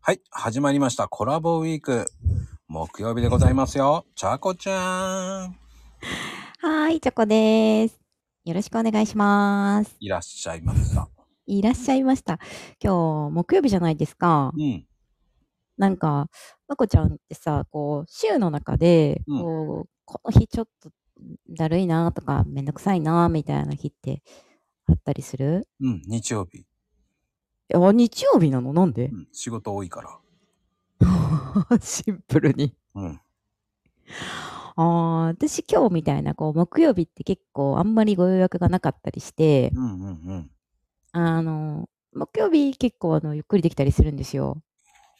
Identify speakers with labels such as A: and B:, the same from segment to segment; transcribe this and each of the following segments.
A: はい、始まりました。コラボウィーク。木曜日でございますよ。ちゃこちゃん。
B: はーい、チョコです。よろしくお願いします。
A: いらっしゃいました。
B: いらっしゃいました。今日、木曜日じゃないですか
A: う。ん。
B: なんか、まこちゃんってさ、こう、週の中で、
A: うん
B: こう、この日ちょっとだるいなとか、めんどくさいなみたいな日ってあったりする
A: うん、日曜日。
B: えあ、日曜日なのなんで
A: うん、仕事多いから。
B: シンプルに。
A: うん。
B: あー私今日みたいな、こう、木曜日って結構あんまりご予約がなかったりして、
A: うんうんうん。
B: あの、木曜日結構あのゆっくりできたりするんですよ。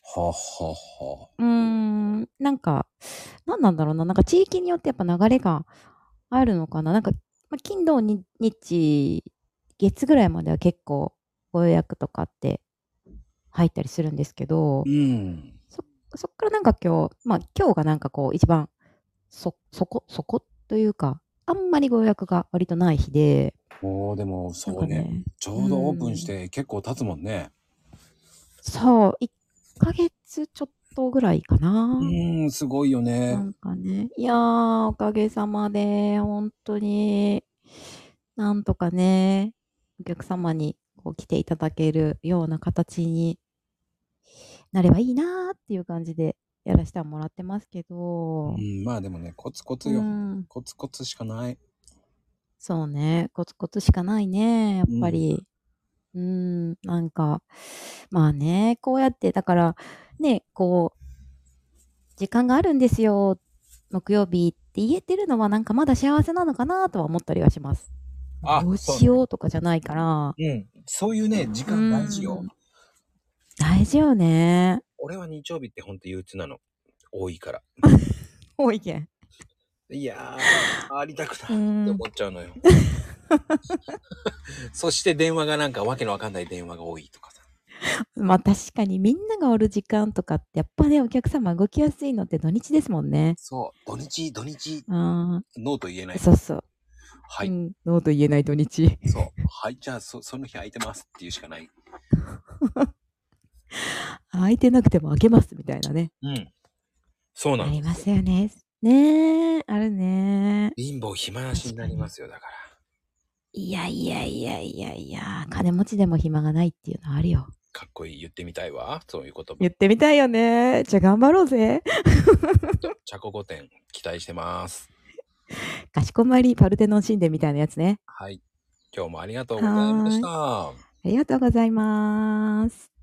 A: ほほほ。
B: うーん、なんか、なんなんだろうな、なんか地域によってやっぱ流れがあるのかな。なんか、まあ、金土に日、月ぐらいまでは結構ご予約とかって入ったりするんですけど
A: う、ん。
B: そっからなんか今日、まあ今日がなんかこう一番、そ、そこ、そこというか、あんまりご予約が割とない日で、
A: おー、でも
B: な
A: そ
B: ん
A: う
B: か
A: ね。
B: ね、
A: ちょうどオープンして結構経つもんね。
B: そう、1ヶ月ちょっとぐらいかな。
A: うん、すごいよ
B: な
A: ね。
B: んかね、いやー、おかげさまで、本当に、なんとかね、お客様にこう来ていただけるような形になればいいなーっていう感じでやらせてはもらってますけ
A: う
B: ど、
A: ん、まあでもね、コツコツ
B: う
A: よ。
B: ん、
A: コツコツしかない。
B: そうね、コツコツしかないね、やっぱり。うん、なんか、まあね、こうやって、だから、ね、こう、時間があるんですよ、木曜日って言えてるのは、なんかまだ幸せなのかなとは思ったりはします。
A: あ
B: どうしようとかじゃないから、
A: うん。そういうね、時間大事よ。
B: うん大事 よね。
A: 俺は日曜日ってほんと憂鬱なの。多いから。
B: 多いけん。
A: いやー、ありたくな
B: う
A: いって
B: ん
A: 思っちゃうのよ。 そして電話がなんかわけのわかんない電話が多いとかさ。
B: まあ確かにみんながおる時間とかって、やっぱね、お客様動きやすいのって土日ですもんね。
A: そう、土日、土日、
B: あ
A: ノーと言えな
B: あ、
A: い。
B: そうそう。
A: は
B: う
A: い、
B: ん、ノーと言えない土日。
A: そう。はい、じゃあそその日空いてますっていうしかない。
B: 空いてなくても開けますみたいなね。
A: うん。そうな
B: あ
A: の。
B: りますよね。ねえ、あるね。
A: 貧乏暇なしになりますよ、だから。
B: いやいやいやいやいや、金持ちでも暇がないっていうのはあるよ。
A: かっこいい言ってみたいわ。そういう言葉。
B: 言ってみたいよね。じゃあ頑張ろうぜ。
A: チャコ5点、期待してます。
B: かしこまりパルテノン神殿みたいなやつね。
A: はい。今日もありがとうございました。
B: ありがとうございます。